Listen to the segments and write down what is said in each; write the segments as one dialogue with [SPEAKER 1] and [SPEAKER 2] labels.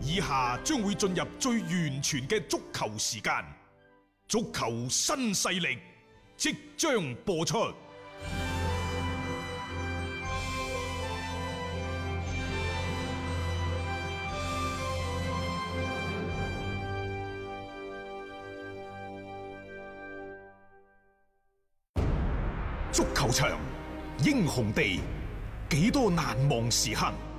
[SPEAKER 1] 以下將會進入最完全嘅足球時間，足球新勢力即將播出。足球場，英雄地，幾多難忘時刻。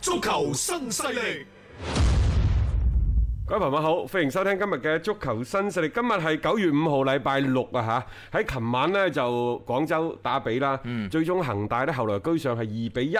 [SPEAKER 1] 足球新勢力，
[SPEAKER 2] 各位朋友好，歡迎收聽今日嘅足球新勢力。今日係九月五號，禮拜六啊吓。喺琴晚呢，就廣州打比啦，最終恒大呢，後來居上係二比一。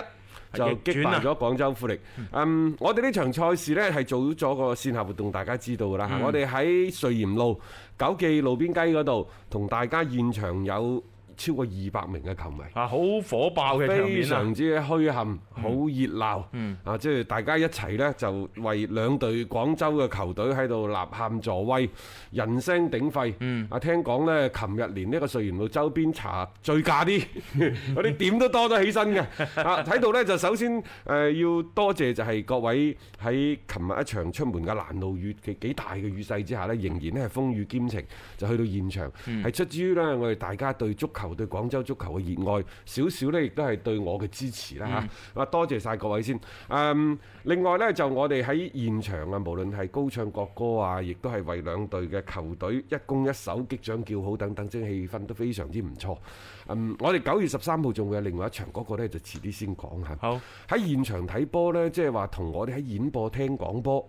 [SPEAKER 2] 就擊敗咗廣州富力。嗯，我哋呢場賽事呢係做咗個線下活動，大家知道㗎啦。我哋喺瑞鹽路九記路邊雞嗰度，同大家現場有超過二百名嘅球迷。
[SPEAKER 3] 啊，好火爆嘅場
[SPEAKER 2] 非
[SPEAKER 3] 面啊！嗯
[SPEAKER 2] 常之墟冚，好熱鬧，啊！即係大家一齊呢，就為兩隊廣州嘅球隊喺度吶喊助威，人聲鼎沸。
[SPEAKER 3] 嗯
[SPEAKER 2] 啊，聽講呢，琴日連呢個瑞元路周邊茶醉駕 啲嗰啲點都多咗起身嘅。啊，睇到呢，就首先誒、呃要多謝就係各位喺琴日一場出門嘅攔路雨嘅幾大嘅雨勢之下呢，仍然呢係風雨兼程，就去到現場，係、出於呢我哋大家對足球對廣州足球嘅熱愛，少少呢亦都係對我嘅支持啦嚇。啊、多謝晒各位先。嗯，另外呢，就我哋喺現場啊，無論係高唱國歌啊，亦都係為兩隊嘅球隊一攻一守、擊掌叫好等等，即係氣氛都非常之唔錯。嗯，我哋九月十三號仲會有另外一場，嗰、個呢就遲啲先講嚇。
[SPEAKER 3] 好
[SPEAKER 2] 喺現場睇波呢，即係話同我哋喺演播廳講波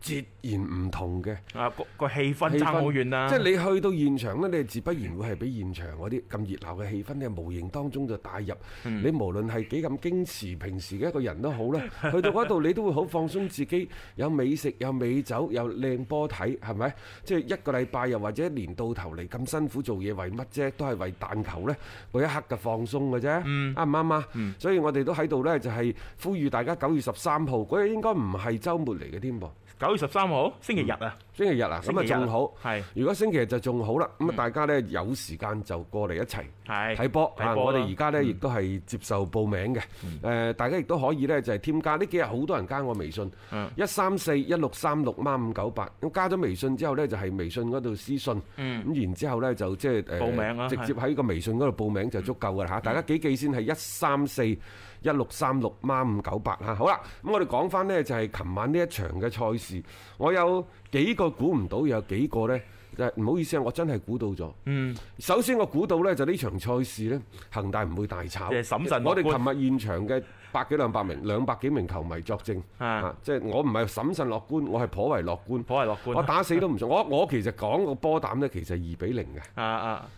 [SPEAKER 2] 截然唔同嘅。
[SPEAKER 3] 啊，個個氣氛
[SPEAKER 2] 氣
[SPEAKER 3] 爭
[SPEAKER 2] 氛
[SPEAKER 3] 好遠啊啦！
[SPEAKER 2] 即係你去到現場呢，你自不然會係比現場嗰啲咁熱鬧嘅氣氛，你係無形當中就帶入。
[SPEAKER 3] 嗯
[SPEAKER 2] 你無論係幾咁矜持，平時嘅一個人都好 啦，去到嗰度你都會好放鬆自己，有美食，有美酒，有靚波睇，係咪？即係一個禮拜又或者一年到頭嚟咁辛苦做嘢為乜啫？都係為但求呢嗰一刻嘅放鬆嘅啫，
[SPEAKER 3] 嗯
[SPEAKER 2] 啱唔啱啊？所以我哋都喺度呢，就係呼籲大家九月十三號嗰日應該唔係週末嚟嘅添噃。
[SPEAKER 3] 九月十三號星期日啊，
[SPEAKER 2] 星期日啊，咁啊
[SPEAKER 3] 星期日啊
[SPEAKER 2] 仲好。
[SPEAKER 3] 係嗯
[SPEAKER 2] 如果星期日就仲好啦。咁啊，大家呢有時間就過嚟一齊
[SPEAKER 3] 係
[SPEAKER 2] 睇波
[SPEAKER 3] 睇
[SPEAKER 2] 啊！
[SPEAKER 3] 波
[SPEAKER 2] 我
[SPEAKER 3] 啦嗯
[SPEAKER 2] 哋而家呢亦都係接受報名嘅。誒，大家亦都可以呢，就係添加呢幾日好多人加我微信，
[SPEAKER 3] 嗯
[SPEAKER 2] 一三四一六三六孖五九八。咁加咗微信之後呢，就係微信嗰度私信。咁然之後呢，就即係誒
[SPEAKER 3] 嗯報名啦
[SPEAKER 2] 直接喺個微信嗰度報名就足夠㗎啦嚇。大家記記先係一三四一六三六孖五九八嚇。好啦，咁我哋講翻呢，就係琴晚呢一場嘅賽事，我有幾個估唔到，有幾個呢，就係唔好意思啊，我真係估到咗。嗯，首先我估到呢，就呢場賽事呢，恒大唔會大炒。
[SPEAKER 3] 即係審慎樂觀
[SPEAKER 2] 我哋琴日現場嘅百幾兩百名兩百幾名球迷作證
[SPEAKER 3] 啊
[SPEAKER 2] 啊，即係我唔係審慎樂觀，我係頗為樂觀。
[SPEAKER 3] 頗為樂觀
[SPEAKER 2] 我打死都唔信。我我其實講個波膽呢，其實係二比零嘅。
[SPEAKER 3] 啊啊，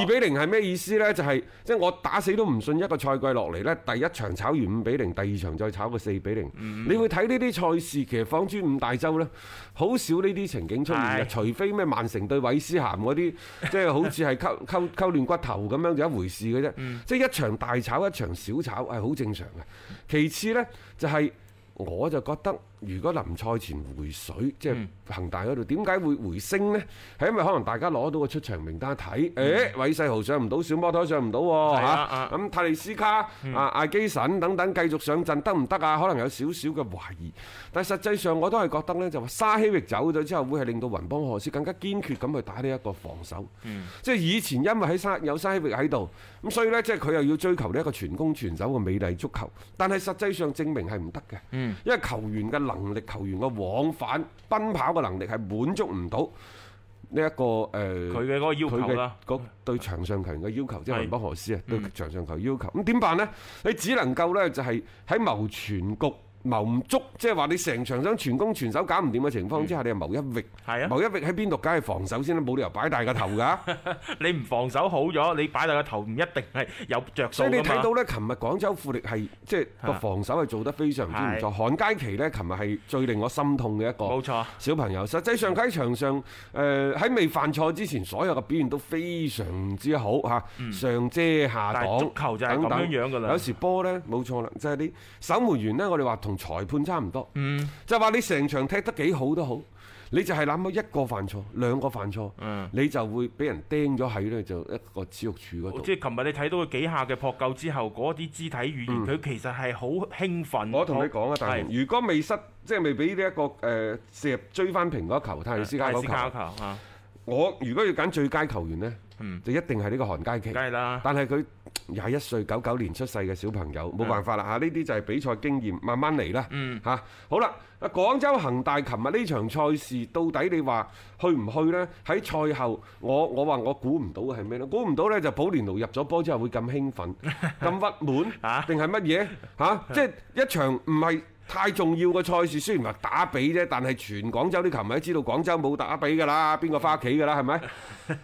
[SPEAKER 2] 二比零係咩意思呢？就係即係我打死都唔信一個賽季落嚟呢，第一場炒完五比零，第二場再炒個四比零。你會睇呢啲賽事，其實放諸五大洲呢，好少呢啲情景出現嘅，
[SPEAKER 3] 係
[SPEAKER 2] 除非咩曼城對韋斯咸嗰 啲，即係好似係溝溝溝亂骨頭咁樣就一回事嘅啫。
[SPEAKER 3] 嗯
[SPEAKER 2] 即係一場大炒，一場小炒係好正常嘅。其次呢，就係、我就覺得，如果臨賽前回水，即
[SPEAKER 3] 嗯
[SPEAKER 2] 係恒大嗰度，點解會回升呢？係因為可能大家攞到個出場名單睇，誒，韋世豪上唔到，小摩托上唔到喎
[SPEAKER 3] 嗯係啊
[SPEAKER 2] 嚇
[SPEAKER 3] 啊
[SPEAKER 2] 咁泰利斯卡、啊艾基神等等繼續上陣得唔得啊？可能有少少嘅懷疑，但係實際上我都係覺得呢，就話沙希域走咗之後，會係令到雲邦賀斯更加堅決咁去打呢一個防守。即係以前因為喺沙有沙希域喺度，咁所以呢，即係佢又要追求呢一個全攻全守嘅美麗足球，但係實際上證明係唔得嘅，因為球員嘅能力、球員嘅往返、奔跑嘅能力係滿足唔到。呢一個呃誒，
[SPEAKER 3] 佢嘅嗰個要求啦
[SPEAKER 2] 佢嘅嗰對場上球員嘅要求，即係
[SPEAKER 3] 係嗯
[SPEAKER 2] 雲邦何斯啊，對場上球員要求，咁點辦呢？你只能夠呢，就係喺謀全局謀唔足，即係話你成場想全攻全守搞唔掂嘅情況之下，你係謀一域。
[SPEAKER 3] 嗯係啊
[SPEAKER 2] 謀一域喺邊度？梗係防守先啦，冇理由擺大個頭㗎。
[SPEAKER 3] 你唔防守好咗，你擺到個頭唔一定係有着數
[SPEAKER 2] 所以你
[SPEAKER 3] 㗎
[SPEAKER 2] 睇
[SPEAKER 3] 嘛。
[SPEAKER 2] 到呢，琴日廣州富力係即係個
[SPEAKER 3] 啊
[SPEAKER 2] 防守係做得非常之唔錯。韓佳琪呢，琴日係最令我心痛嘅一個
[SPEAKER 3] 冇錯嗯
[SPEAKER 2] 小朋友。實際上佢喺場上，誒喺未犯錯之前，所有嘅表現都非常之好嚇，上遮下
[SPEAKER 3] 嗯但係
[SPEAKER 2] 擋
[SPEAKER 3] 足球就係咁
[SPEAKER 2] 等等
[SPEAKER 3] 樣樣㗎啦
[SPEAKER 2] 有時波呢，冇錯啦，就係你守門員呢，我哋話同裁判差唔多，
[SPEAKER 3] 嗯
[SPEAKER 2] 就係話你成場踢得幾好都好。你就係諗到一個犯錯，兩個犯錯，
[SPEAKER 3] 嗯
[SPEAKER 2] 你就會俾人釘咗喺呢，就一個恥辱柱嗰度。
[SPEAKER 3] 即係琴日你睇到佢幾下嘅撲救之後，嗰啲肢體語言，佢、其實係好興奮。
[SPEAKER 2] 我同你講啊，
[SPEAKER 3] 嗯好
[SPEAKER 2] 大雄，
[SPEAKER 3] 係
[SPEAKER 2] 如果未失，即係未俾呢一個誒、呃射入追翻平嗰一球，泰利斯加嗰
[SPEAKER 3] 係斯卡
[SPEAKER 2] 球，
[SPEAKER 3] 球啊，
[SPEAKER 2] 我如果要揀最佳球員呢，
[SPEAKER 3] 嗯
[SPEAKER 2] 就一定係呢個韓佳琪。
[SPEAKER 3] 梗係啊啦。
[SPEAKER 2] 但係佢廿一歲九九年出世嘅小朋友，冇辦法啦嚇，呢啲就係比賽經驗，慢慢嚟啦
[SPEAKER 3] 嗯
[SPEAKER 2] 嚇。好啦，啊廣州恒大琴日呢場賽事到底你話去唔去呢？喺賽後我我話我估唔到嘅係咩呢？估唔到呢就保連奴入咗波之後會咁興 奮、咁鬱悶，
[SPEAKER 3] 啊
[SPEAKER 2] 定係乜嘢嚇？即係一場唔係。太重要嘅賽事，雖然話打比啫，但係全廣州啲球迷都知道廣州冇打比㗎啦，邊個翻屋企㗎啦，係咪？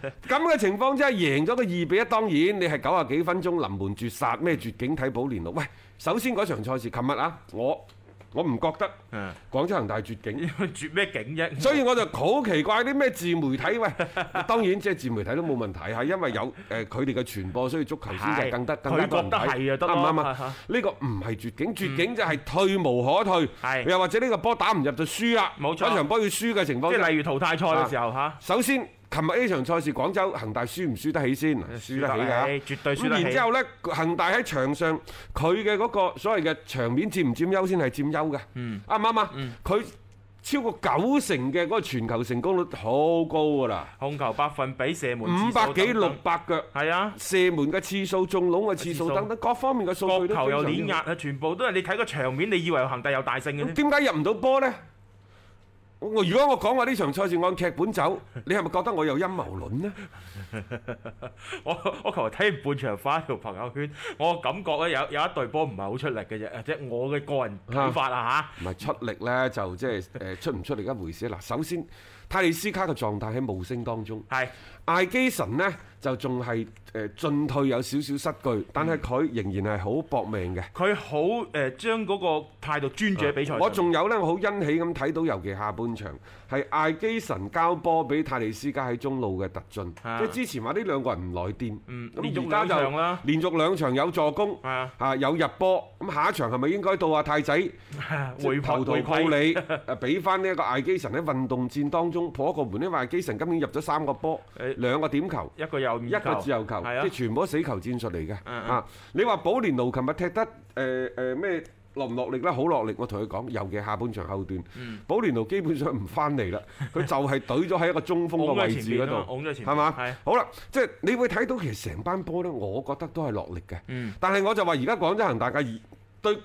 [SPEAKER 2] 咁嘅情況之下，贏咗個二比一，當然你係九啊幾分鐘臨門絕殺，咩絕境睇保連奴。喂，首先嗰場賽事，琴日啊，我我唔覺得
[SPEAKER 3] 嗯
[SPEAKER 2] 廣州恒大絕境。
[SPEAKER 3] 絕咩景啫？
[SPEAKER 2] 所以我就好奇怪啲咩自媒體 喂，當然即係自媒體都冇問題，係因為有誒佢哋嘅傳播，所以足球先就更得
[SPEAKER 3] 係
[SPEAKER 2] 更加多人睇
[SPEAKER 3] 佢覺得係啊得
[SPEAKER 2] 啱
[SPEAKER 3] 咯
[SPEAKER 2] 唔啱
[SPEAKER 3] 係係
[SPEAKER 2] 啊？呢個唔係絕境，絕境就係退無可退，
[SPEAKER 3] 係
[SPEAKER 2] 又或者呢個波打唔入就輸啦，
[SPEAKER 3] 冇錯
[SPEAKER 2] 嗰場波要輸嘅情況
[SPEAKER 3] 即
[SPEAKER 2] 之下
[SPEAKER 3] 係例如淘汰賽嘅時候嚇，
[SPEAKER 2] 首先，琴日呢場賽事，廣州恒大輸唔輸得起先？輸得起㗎，
[SPEAKER 3] 絕對輸
[SPEAKER 2] 咁
[SPEAKER 3] 得起
[SPEAKER 2] 然之後呢，恒大喺場上佢嘅嗰個所謂嘅場面佔唔佔優先係佔優嘅，
[SPEAKER 3] 嗯
[SPEAKER 2] 啱唔啱啊？佢超過九成嘅嗰個全球成功率好高㗎啦，
[SPEAKER 3] 控球百分比、射門
[SPEAKER 2] 五
[SPEAKER 3] 次數
[SPEAKER 2] 百幾
[SPEAKER 3] 等等
[SPEAKER 2] 六，百腳。
[SPEAKER 3] 係啊。
[SPEAKER 2] 射門嘅次數、中籠嘅次數
[SPEAKER 3] 次數
[SPEAKER 2] 等等各方面嘅數
[SPEAKER 3] 角
[SPEAKER 2] 據都
[SPEAKER 3] 球
[SPEAKER 2] 非
[SPEAKER 3] 又
[SPEAKER 2] 常之
[SPEAKER 3] 碾壓啊！全部都係你睇個場面，你以為恒大有大勝嘅
[SPEAKER 2] 好。咁
[SPEAKER 3] 啫。
[SPEAKER 2] 點解入唔到波呢？我如果我講話呢場賽事按劇本走，你係咪覺得我有陰謀論呢？
[SPEAKER 3] 我 我琴日睇完半場花條朋友圈，我感覺咧有有一隊波唔係好出力嘅啫，即係我嘅個人睇法啊
[SPEAKER 2] 唔係出力呢，就即係誒出唔出力一回事。嗱，首先泰利斯卡嘅狀態喺無聲當中，
[SPEAKER 3] 嚇，係
[SPEAKER 2] 艾基神呢，就仲係誒進退有少少失據，但
[SPEAKER 3] 嗯
[SPEAKER 2] 係佢仍然係好搏命嘅。
[SPEAKER 3] 佢好誒將嗰個態度專注喺比賽上。
[SPEAKER 2] 我仲有呢，我好欣喜咁睇到，尤其下半場係艾基神交波俾泰利斯加喺中路嘅突進，
[SPEAKER 3] 啊
[SPEAKER 2] 即係之前話呢兩個人唔來電，
[SPEAKER 3] 嗯連續
[SPEAKER 2] 咁而家
[SPEAKER 3] 兩
[SPEAKER 2] 就
[SPEAKER 3] 場啦
[SPEAKER 2] 連續兩場有助攻，
[SPEAKER 3] 啊
[SPEAKER 2] 啊有入波，咁下一場係咪應該到阿泰仔？
[SPEAKER 3] 回
[SPEAKER 2] 頭
[SPEAKER 3] 頭
[SPEAKER 2] 頭
[SPEAKER 3] 回
[SPEAKER 2] 抱
[SPEAKER 3] 饋
[SPEAKER 2] 你，誒俾翻呢一個艾基神喺運動戰當中破一個門，因為艾基神今年入咗三個波
[SPEAKER 3] 誒，
[SPEAKER 2] 兩個點球。
[SPEAKER 3] 一個右面
[SPEAKER 2] 一個自由球，
[SPEAKER 3] 係啊
[SPEAKER 2] 即係，全部都死球戰術嚟嘅。
[SPEAKER 3] 嗯嗯
[SPEAKER 2] 啊，你話保連奴琴日踢得誒誒咩落唔落力咧？好落力，我同佢講，尤其下半場後段，
[SPEAKER 3] 嗯
[SPEAKER 2] 保連奴基本上唔翻嚟啦，佢就係懟咗喺一個中鋒嘅位置嗰
[SPEAKER 3] 拱
[SPEAKER 2] 度
[SPEAKER 3] 咗，前面
[SPEAKER 2] 係嘛
[SPEAKER 3] 係？
[SPEAKER 2] 好啦，即係你會睇到其實成班波咧，我覺得都係落力嘅。
[SPEAKER 3] 嗯
[SPEAKER 2] 但係我就話而家廣州恒大嘅演對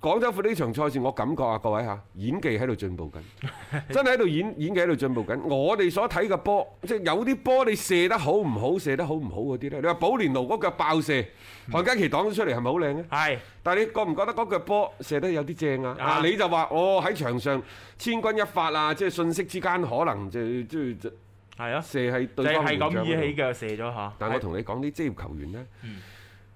[SPEAKER 2] 廣州富呢場賽事，我感覺啊，各位嚇演技喺度進步 緊，真係喺度演演技喺度進步緊。我哋所睇嘅波，即係有啲波你射得好唔好，射得好唔好嗰啲呢？你話保連奴嗰腳爆射，
[SPEAKER 3] 嗯
[SPEAKER 2] 韓佳琪擋咗出嚟係咪好靚呢？啊
[SPEAKER 3] 係
[SPEAKER 2] 但係你覺唔覺得嗰腳波射得有啲正啊？
[SPEAKER 3] 啊
[SPEAKER 2] 啊，你就話我喺場上千鈞一髮啊，即係瞬息之間可能就即係
[SPEAKER 3] 係啊，
[SPEAKER 2] 射喺
[SPEAKER 3] 就
[SPEAKER 2] 對方門
[SPEAKER 3] 係咁
[SPEAKER 2] 將
[SPEAKER 3] 意
[SPEAKER 2] 嗰度
[SPEAKER 3] 氣嘅射咗下。
[SPEAKER 2] 但我同你講啲職業球員呢，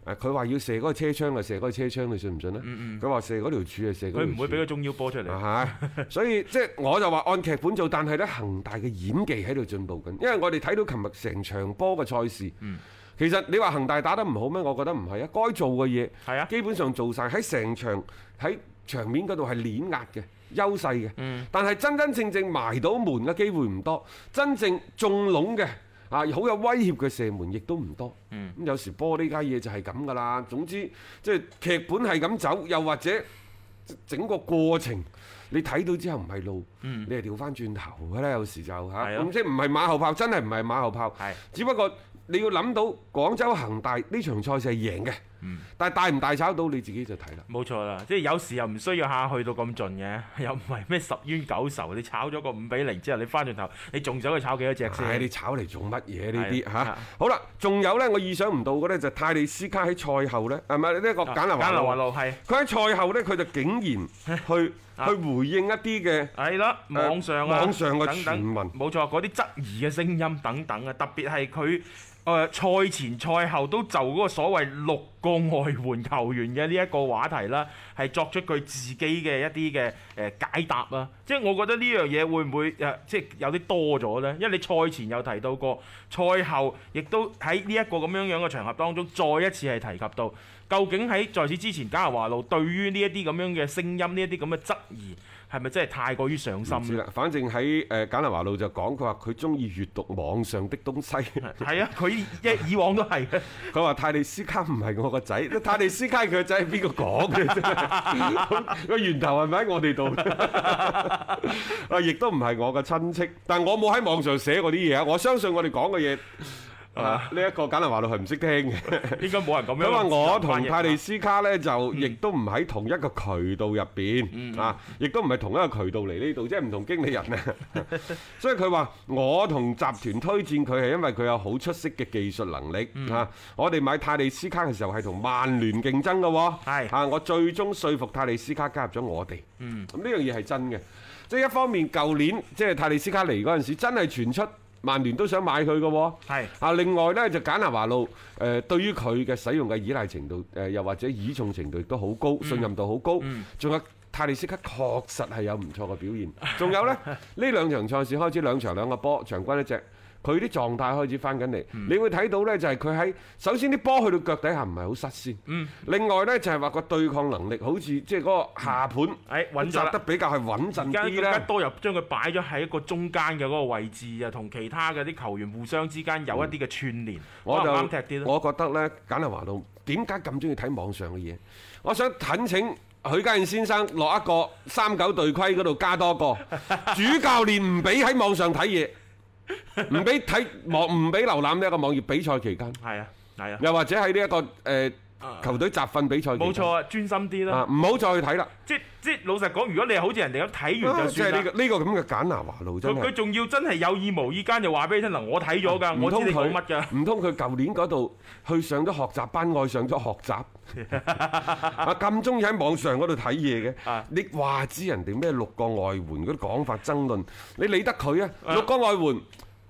[SPEAKER 2] 誒佢話要射嗰個車窗就射嗰個車窗，你信唔信呢？佢話射嗰條柱就射嗰條柱。
[SPEAKER 3] 佢唔會俾個中腰波出嚟。
[SPEAKER 2] 啊嚇，所以即係我就話按劇本做，但係呢，恒大嘅演技喺度進步緊，因為我哋睇到琴日成場波嘅賽事。其實你話恒大打得唔好咩？我覺得唔係啊，該做嘅嘢
[SPEAKER 3] 係啊
[SPEAKER 2] 基本上做晒喺成場喺場面嗰度係碾壓嘅優勢嘅。
[SPEAKER 3] 嗯
[SPEAKER 2] 但係真真正正埋到門嘅機會唔多，真正中籠嘅啊好有威脅嘅射門亦都唔多。咁、
[SPEAKER 3] 嗯
[SPEAKER 2] 有時波呢家嘢就係咁噶啦。總之即係劇本係咁走，又或者整個過程。你睇到之後唔係路，你係調翻轉頭㗎啦。有時就嚇，
[SPEAKER 3] 嗯係啊
[SPEAKER 2] 咁即係唔係馬後炮，真係唔係馬後炮
[SPEAKER 3] 係。
[SPEAKER 2] 只不過你要諗到廣州恒大呢場賽事係贏嘅，
[SPEAKER 3] 嗯
[SPEAKER 2] 但係大唔大炒到你自己就睇啦。
[SPEAKER 3] 冇錯啦，即係有時又唔需要下去到咁盡嘅， 又唔係咩十冤九仇。你炒咗個五比零之後，你翻轉頭，你仲走去炒幾多隻
[SPEAKER 2] 唉，你
[SPEAKER 3] 先？
[SPEAKER 2] 炒嚟做乜嘢呢啲
[SPEAKER 3] 係
[SPEAKER 2] 嚇
[SPEAKER 3] 啊？
[SPEAKER 2] 好啦，仲有呢，我意想唔到嘅呢，就泰利斯卡喺賽後呢，係咪呢個簡立華路
[SPEAKER 3] 簡流
[SPEAKER 2] 啊
[SPEAKER 3] 華路係
[SPEAKER 2] 佢喺賽後呢，佢就竟然去
[SPEAKER 3] 啊
[SPEAKER 2] 去回應一啲嘅。
[SPEAKER 3] 係啦，
[SPEAKER 2] 誒
[SPEAKER 3] 網上啊，
[SPEAKER 2] 網上嘅
[SPEAKER 3] 等等
[SPEAKER 2] 傳聞
[SPEAKER 3] 冇錯，嗰啲質疑嘅聲音等等啊，特別係佢呃誒賽前賽後都就嗰個所謂六個外援球員嘅呢一個話題啦，係作出佢自己嘅一啲嘅誒解答啦。即係我覺得呢樣嘢會唔會誒、呃即係有啲多咗呢？因為你賽前有提到過，賽後亦都喺呢一個咁樣樣嘅場合當中，再一次係提及到，究竟喺在此之前，加拿華路對於呢一啲咁樣嘅聲音，呢一啲咁嘅質疑，係咪真係太過於上
[SPEAKER 2] 唔知
[SPEAKER 3] 心呢？
[SPEAKER 2] 啦，反正喺誒簡立華路就講，佢話佢中意閱讀網上的東西。
[SPEAKER 3] 係啊，佢一以往都係嘅。
[SPEAKER 2] 佢話泰利斯卡唔係我個仔， 泰利斯卡係佢個仔係邊個講嘅啫？ 個源頭係咪喺我哋度？ 啊，亦都唔係我嘅親戚，但我冇喺網上寫過啲嘢啊！我相信我哋講嘅嘢，啊呢一個簡立華路係唔識聽嘅。
[SPEAKER 3] 應該冇人咁樣。
[SPEAKER 2] 因為我同泰利
[SPEAKER 3] 斯
[SPEAKER 2] 斯卡呢，就
[SPEAKER 3] 嗯
[SPEAKER 2] 亦都唔喺同一個渠道入邊啊，亦都唔係同一個渠道嚟呢度，即係唔同經理人 啊。所以佢話我同集團推薦佢係因為佢有好出色嘅技術能力
[SPEAKER 3] 嗯
[SPEAKER 2] 啊。我哋買泰利斯卡嘅時候係同曼聯競爭嘅喎，
[SPEAKER 3] 係
[SPEAKER 2] 啊，我最終說服泰利斯卡加入咗我哋。咁呢樣嘢係真嘅，即係一方面舊年即係泰利斯卡嚟嗰陣時，真係傳出曼聯都想買佢嘅喎。
[SPEAKER 3] 係
[SPEAKER 2] 啊，另外呢，就簡拿華路誒、呃，對於佢嘅使用嘅依賴程度誒、呃又或者倚重程度亦都好高，信任度好高，仲、有。泰利斯卡確實係有唔錯嘅表現，仲有呢，呢兩場賽事開始兩場兩個波，場均一隻，佢啲狀態開始翻緊嚟，你會睇到呢，就係佢喺首先啲波去到腳底下唔係好失先，另外呢，就係話個對抗能力好似即係嗰個下盤
[SPEAKER 3] 誒穩哎咗
[SPEAKER 2] 紮
[SPEAKER 3] 啦
[SPEAKER 2] 得比較係穩陣
[SPEAKER 3] 而家更
[SPEAKER 2] 啲
[SPEAKER 3] 加
[SPEAKER 2] 呢。
[SPEAKER 3] 多又將佢擺咗喺一個中間嘅嗰個位置啊，同其他嘅啲球員互相之間有一啲嘅串連，
[SPEAKER 2] 嗯我
[SPEAKER 3] 可
[SPEAKER 2] 就
[SPEAKER 3] 能啱踢啲咯。
[SPEAKER 2] 我覺得呢，簡立華路點解咁中意睇網上嘅嘢？我想懇請許家印先生落一個三九隊規嗰度加多個主教練唔俾喺網上睇嘢，唔俾睇網，唔俾瀏覽呢一個網頁比賽期間，
[SPEAKER 3] 係啊，係啊，
[SPEAKER 2] 又或者喺呢一個誒、呃球隊集訓比賽期間
[SPEAKER 3] 冇錯啊，專心啲啦。
[SPEAKER 2] 啊，唔好再去睇啦。
[SPEAKER 3] 即即老實講，如果你係好似人哋咁睇完
[SPEAKER 2] 啊
[SPEAKER 3] 就
[SPEAKER 2] 即係
[SPEAKER 3] 算
[SPEAKER 2] 呢
[SPEAKER 3] 啦。
[SPEAKER 2] 個呢個咁嘅簡拿華路真
[SPEAKER 3] 佢
[SPEAKER 2] 係啊
[SPEAKER 3] 佢。仲要真係有意無意間就話俾你聽嗱，我睇咗㗎，
[SPEAKER 2] 唔
[SPEAKER 3] 我
[SPEAKER 2] 通
[SPEAKER 3] 知你
[SPEAKER 2] 佢
[SPEAKER 3] 講乜 㗎。
[SPEAKER 2] 唔通佢舊年嗰度去上咗學習班，愛上咗學 習，啊咁中意喺網上嗰度睇嘢嘅
[SPEAKER 3] 啊，
[SPEAKER 2] 你話知人哋咩六個外援嗰啲講法爭論，你理得佢啊？六個外援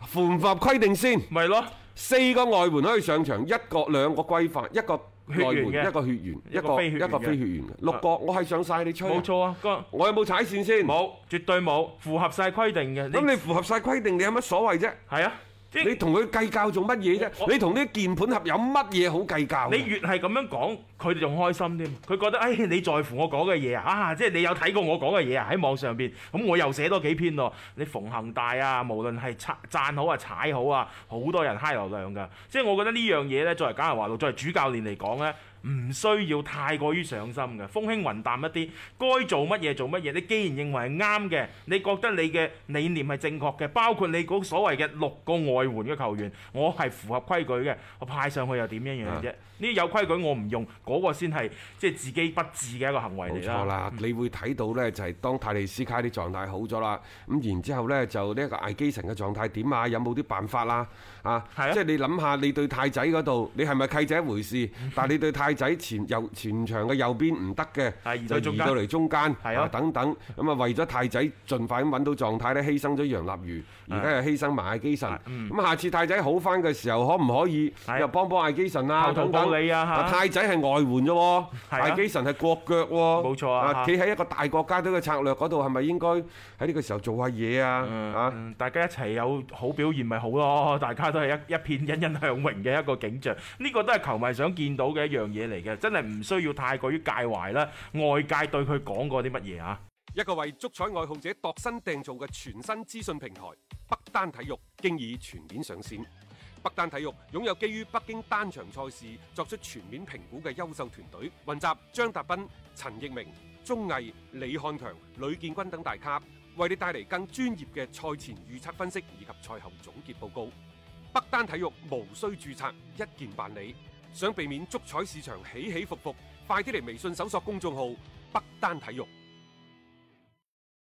[SPEAKER 2] 符唔符合規定先？
[SPEAKER 3] 咪咯，
[SPEAKER 2] 四個外援可以上場，一個兩個規範，一個外
[SPEAKER 3] 血緣
[SPEAKER 2] 援，
[SPEAKER 3] 嘅
[SPEAKER 2] 一個血緣，
[SPEAKER 3] 一個
[SPEAKER 2] 一個
[SPEAKER 3] 非血
[SPEAKER 2] 一
[SPEAKER 3] 緣
[SPEAKER 2] 個非血緣嘅，六個我係上晒你吹啊，
[SPEAKER 3] 冇錯啊，個
[SPEAKER 2] 我有冇踩線先？
[SPEAKER 3] 冇，絕對冇，符合晒規定嘅。
[SPEAKER 2] 咁你符合晒規定，你有乜所謂啫？
[SPEAKER 3] 係啊，即
[SPEAKER 2] 你同佢計較做乜嘢啫？
[SPEAKER 3] 我
[SPEAKER 2] 你同啲鍵盤俠有乜嘢好計較嘅？
[SPEAKER 3] 你越係咁樣講，佢哋仲開心添。佢覺得，哎，你在乎我講嘅嘢啊，啊，即係你有睇過我講嘅嘢啊，喺網上邊，咁我又寫多幾篇咯。你逢恒大啊，無論係撐讚好啊、踩好啊，好多人 high 流量㗎。即係我覺得呢樣嘢呢，作為簡人華路，作為主教練嚟講呢，唔需要太過於上心嘅，風輕雲淡一啲。該做乜嘢做乜嘢，你既然認為係啱嘅，你覺得你嘅理念係正確嘅，包括你嗰所謂嘅六個外援嘅球員，我係符合規矩嘅，我派上去又點樣樣啫？呢啲有規矩我唔用，嗰、個先係即係自己不智嘅一個行為
[SPEAKER 2] 冇
[SPEAKER 3] 嚟
[SPEAKER 2] 錯
[SPEAKER 3] 啦。嗯
[SPEAKER 2] 啦，你會睇到呢，就係當泰利斯卡啲狀態好咗啦，咁然之後呢，就呢一個艾基臣嘅狀態點啊？有冇啲辦法啦？啊，
[SPEAKER 3] 係啊
[SPEAKER 2] 即係你諗下，你對泰仔嗰度，你係咪契仔一回 事？但係你對泰仔前右前場嘅右邊唔得
[SPEAKER 3] 係
[SPEAKER 2] 嘅，
[SPEAKER 3] 移
[SPEAKER 2] 就移
[SPEAKER 3] 到中間
[SPEAKER 2] 到嚟中間
[SPEAKER 3] 係啊
[SPEAKER 2] 等等，咁啊為咗泰仔盡快咁揾到狀態呢，犧牲咗楊立瑜，
[SPEAKER 3] 啊
[SPEAKER 2] 而家又犧牲埋艾基臣。咁下次泰仔好翻嘅時候，可唔可以
[SPEAKER 3] 嗯係
[SPEAKER 2] 又幫幫艾基臣啊？
[SPEAKER 3] 投桃
[SPEAKER 2] 等等
[SPEAKER 3] 報李啊嚇
[SPEAKER 2] 泰仔係外援啫喎，
[SPEAKER 3] 係啊
[SPEAKER 2] 艾基臣係國腳喎。
[SPEAKER 3] 冇錯啊嚇
[SPEAKER 2] 企喺一個大國家隊嘅策略嗰度，係咪應該喺呢個時候做下嘢啊？啊，
[SPEAKER 3] 嗯，大家一齊有好表現咪好咯， 大家都係一一片欣欣向榮嘅一個景象，呢、個都係球迷想見到嘅一樣嘢嚟嘅，真係唔需要太過於介懷啦，外界對佢講過啲乜嘢啊？
[SPEAKER 2] 一個為足彩愛好者度身訂造嘅全新資訊平台北單體育，經已全面上線。北單體育擁有基於北京單場賽事作出全面評估嘅優秀團隊，雲集張達斌、陳奕明、鐘毅、李漢強、呂建軍等大咖，為你帶嚟更專業嘅賽前預測分析以及賽後總結報告。北單體育無需註冊，一鍵辦理。想避免足彩市場起起伏伏，快啲嚟微信搜索公眾號北單體育。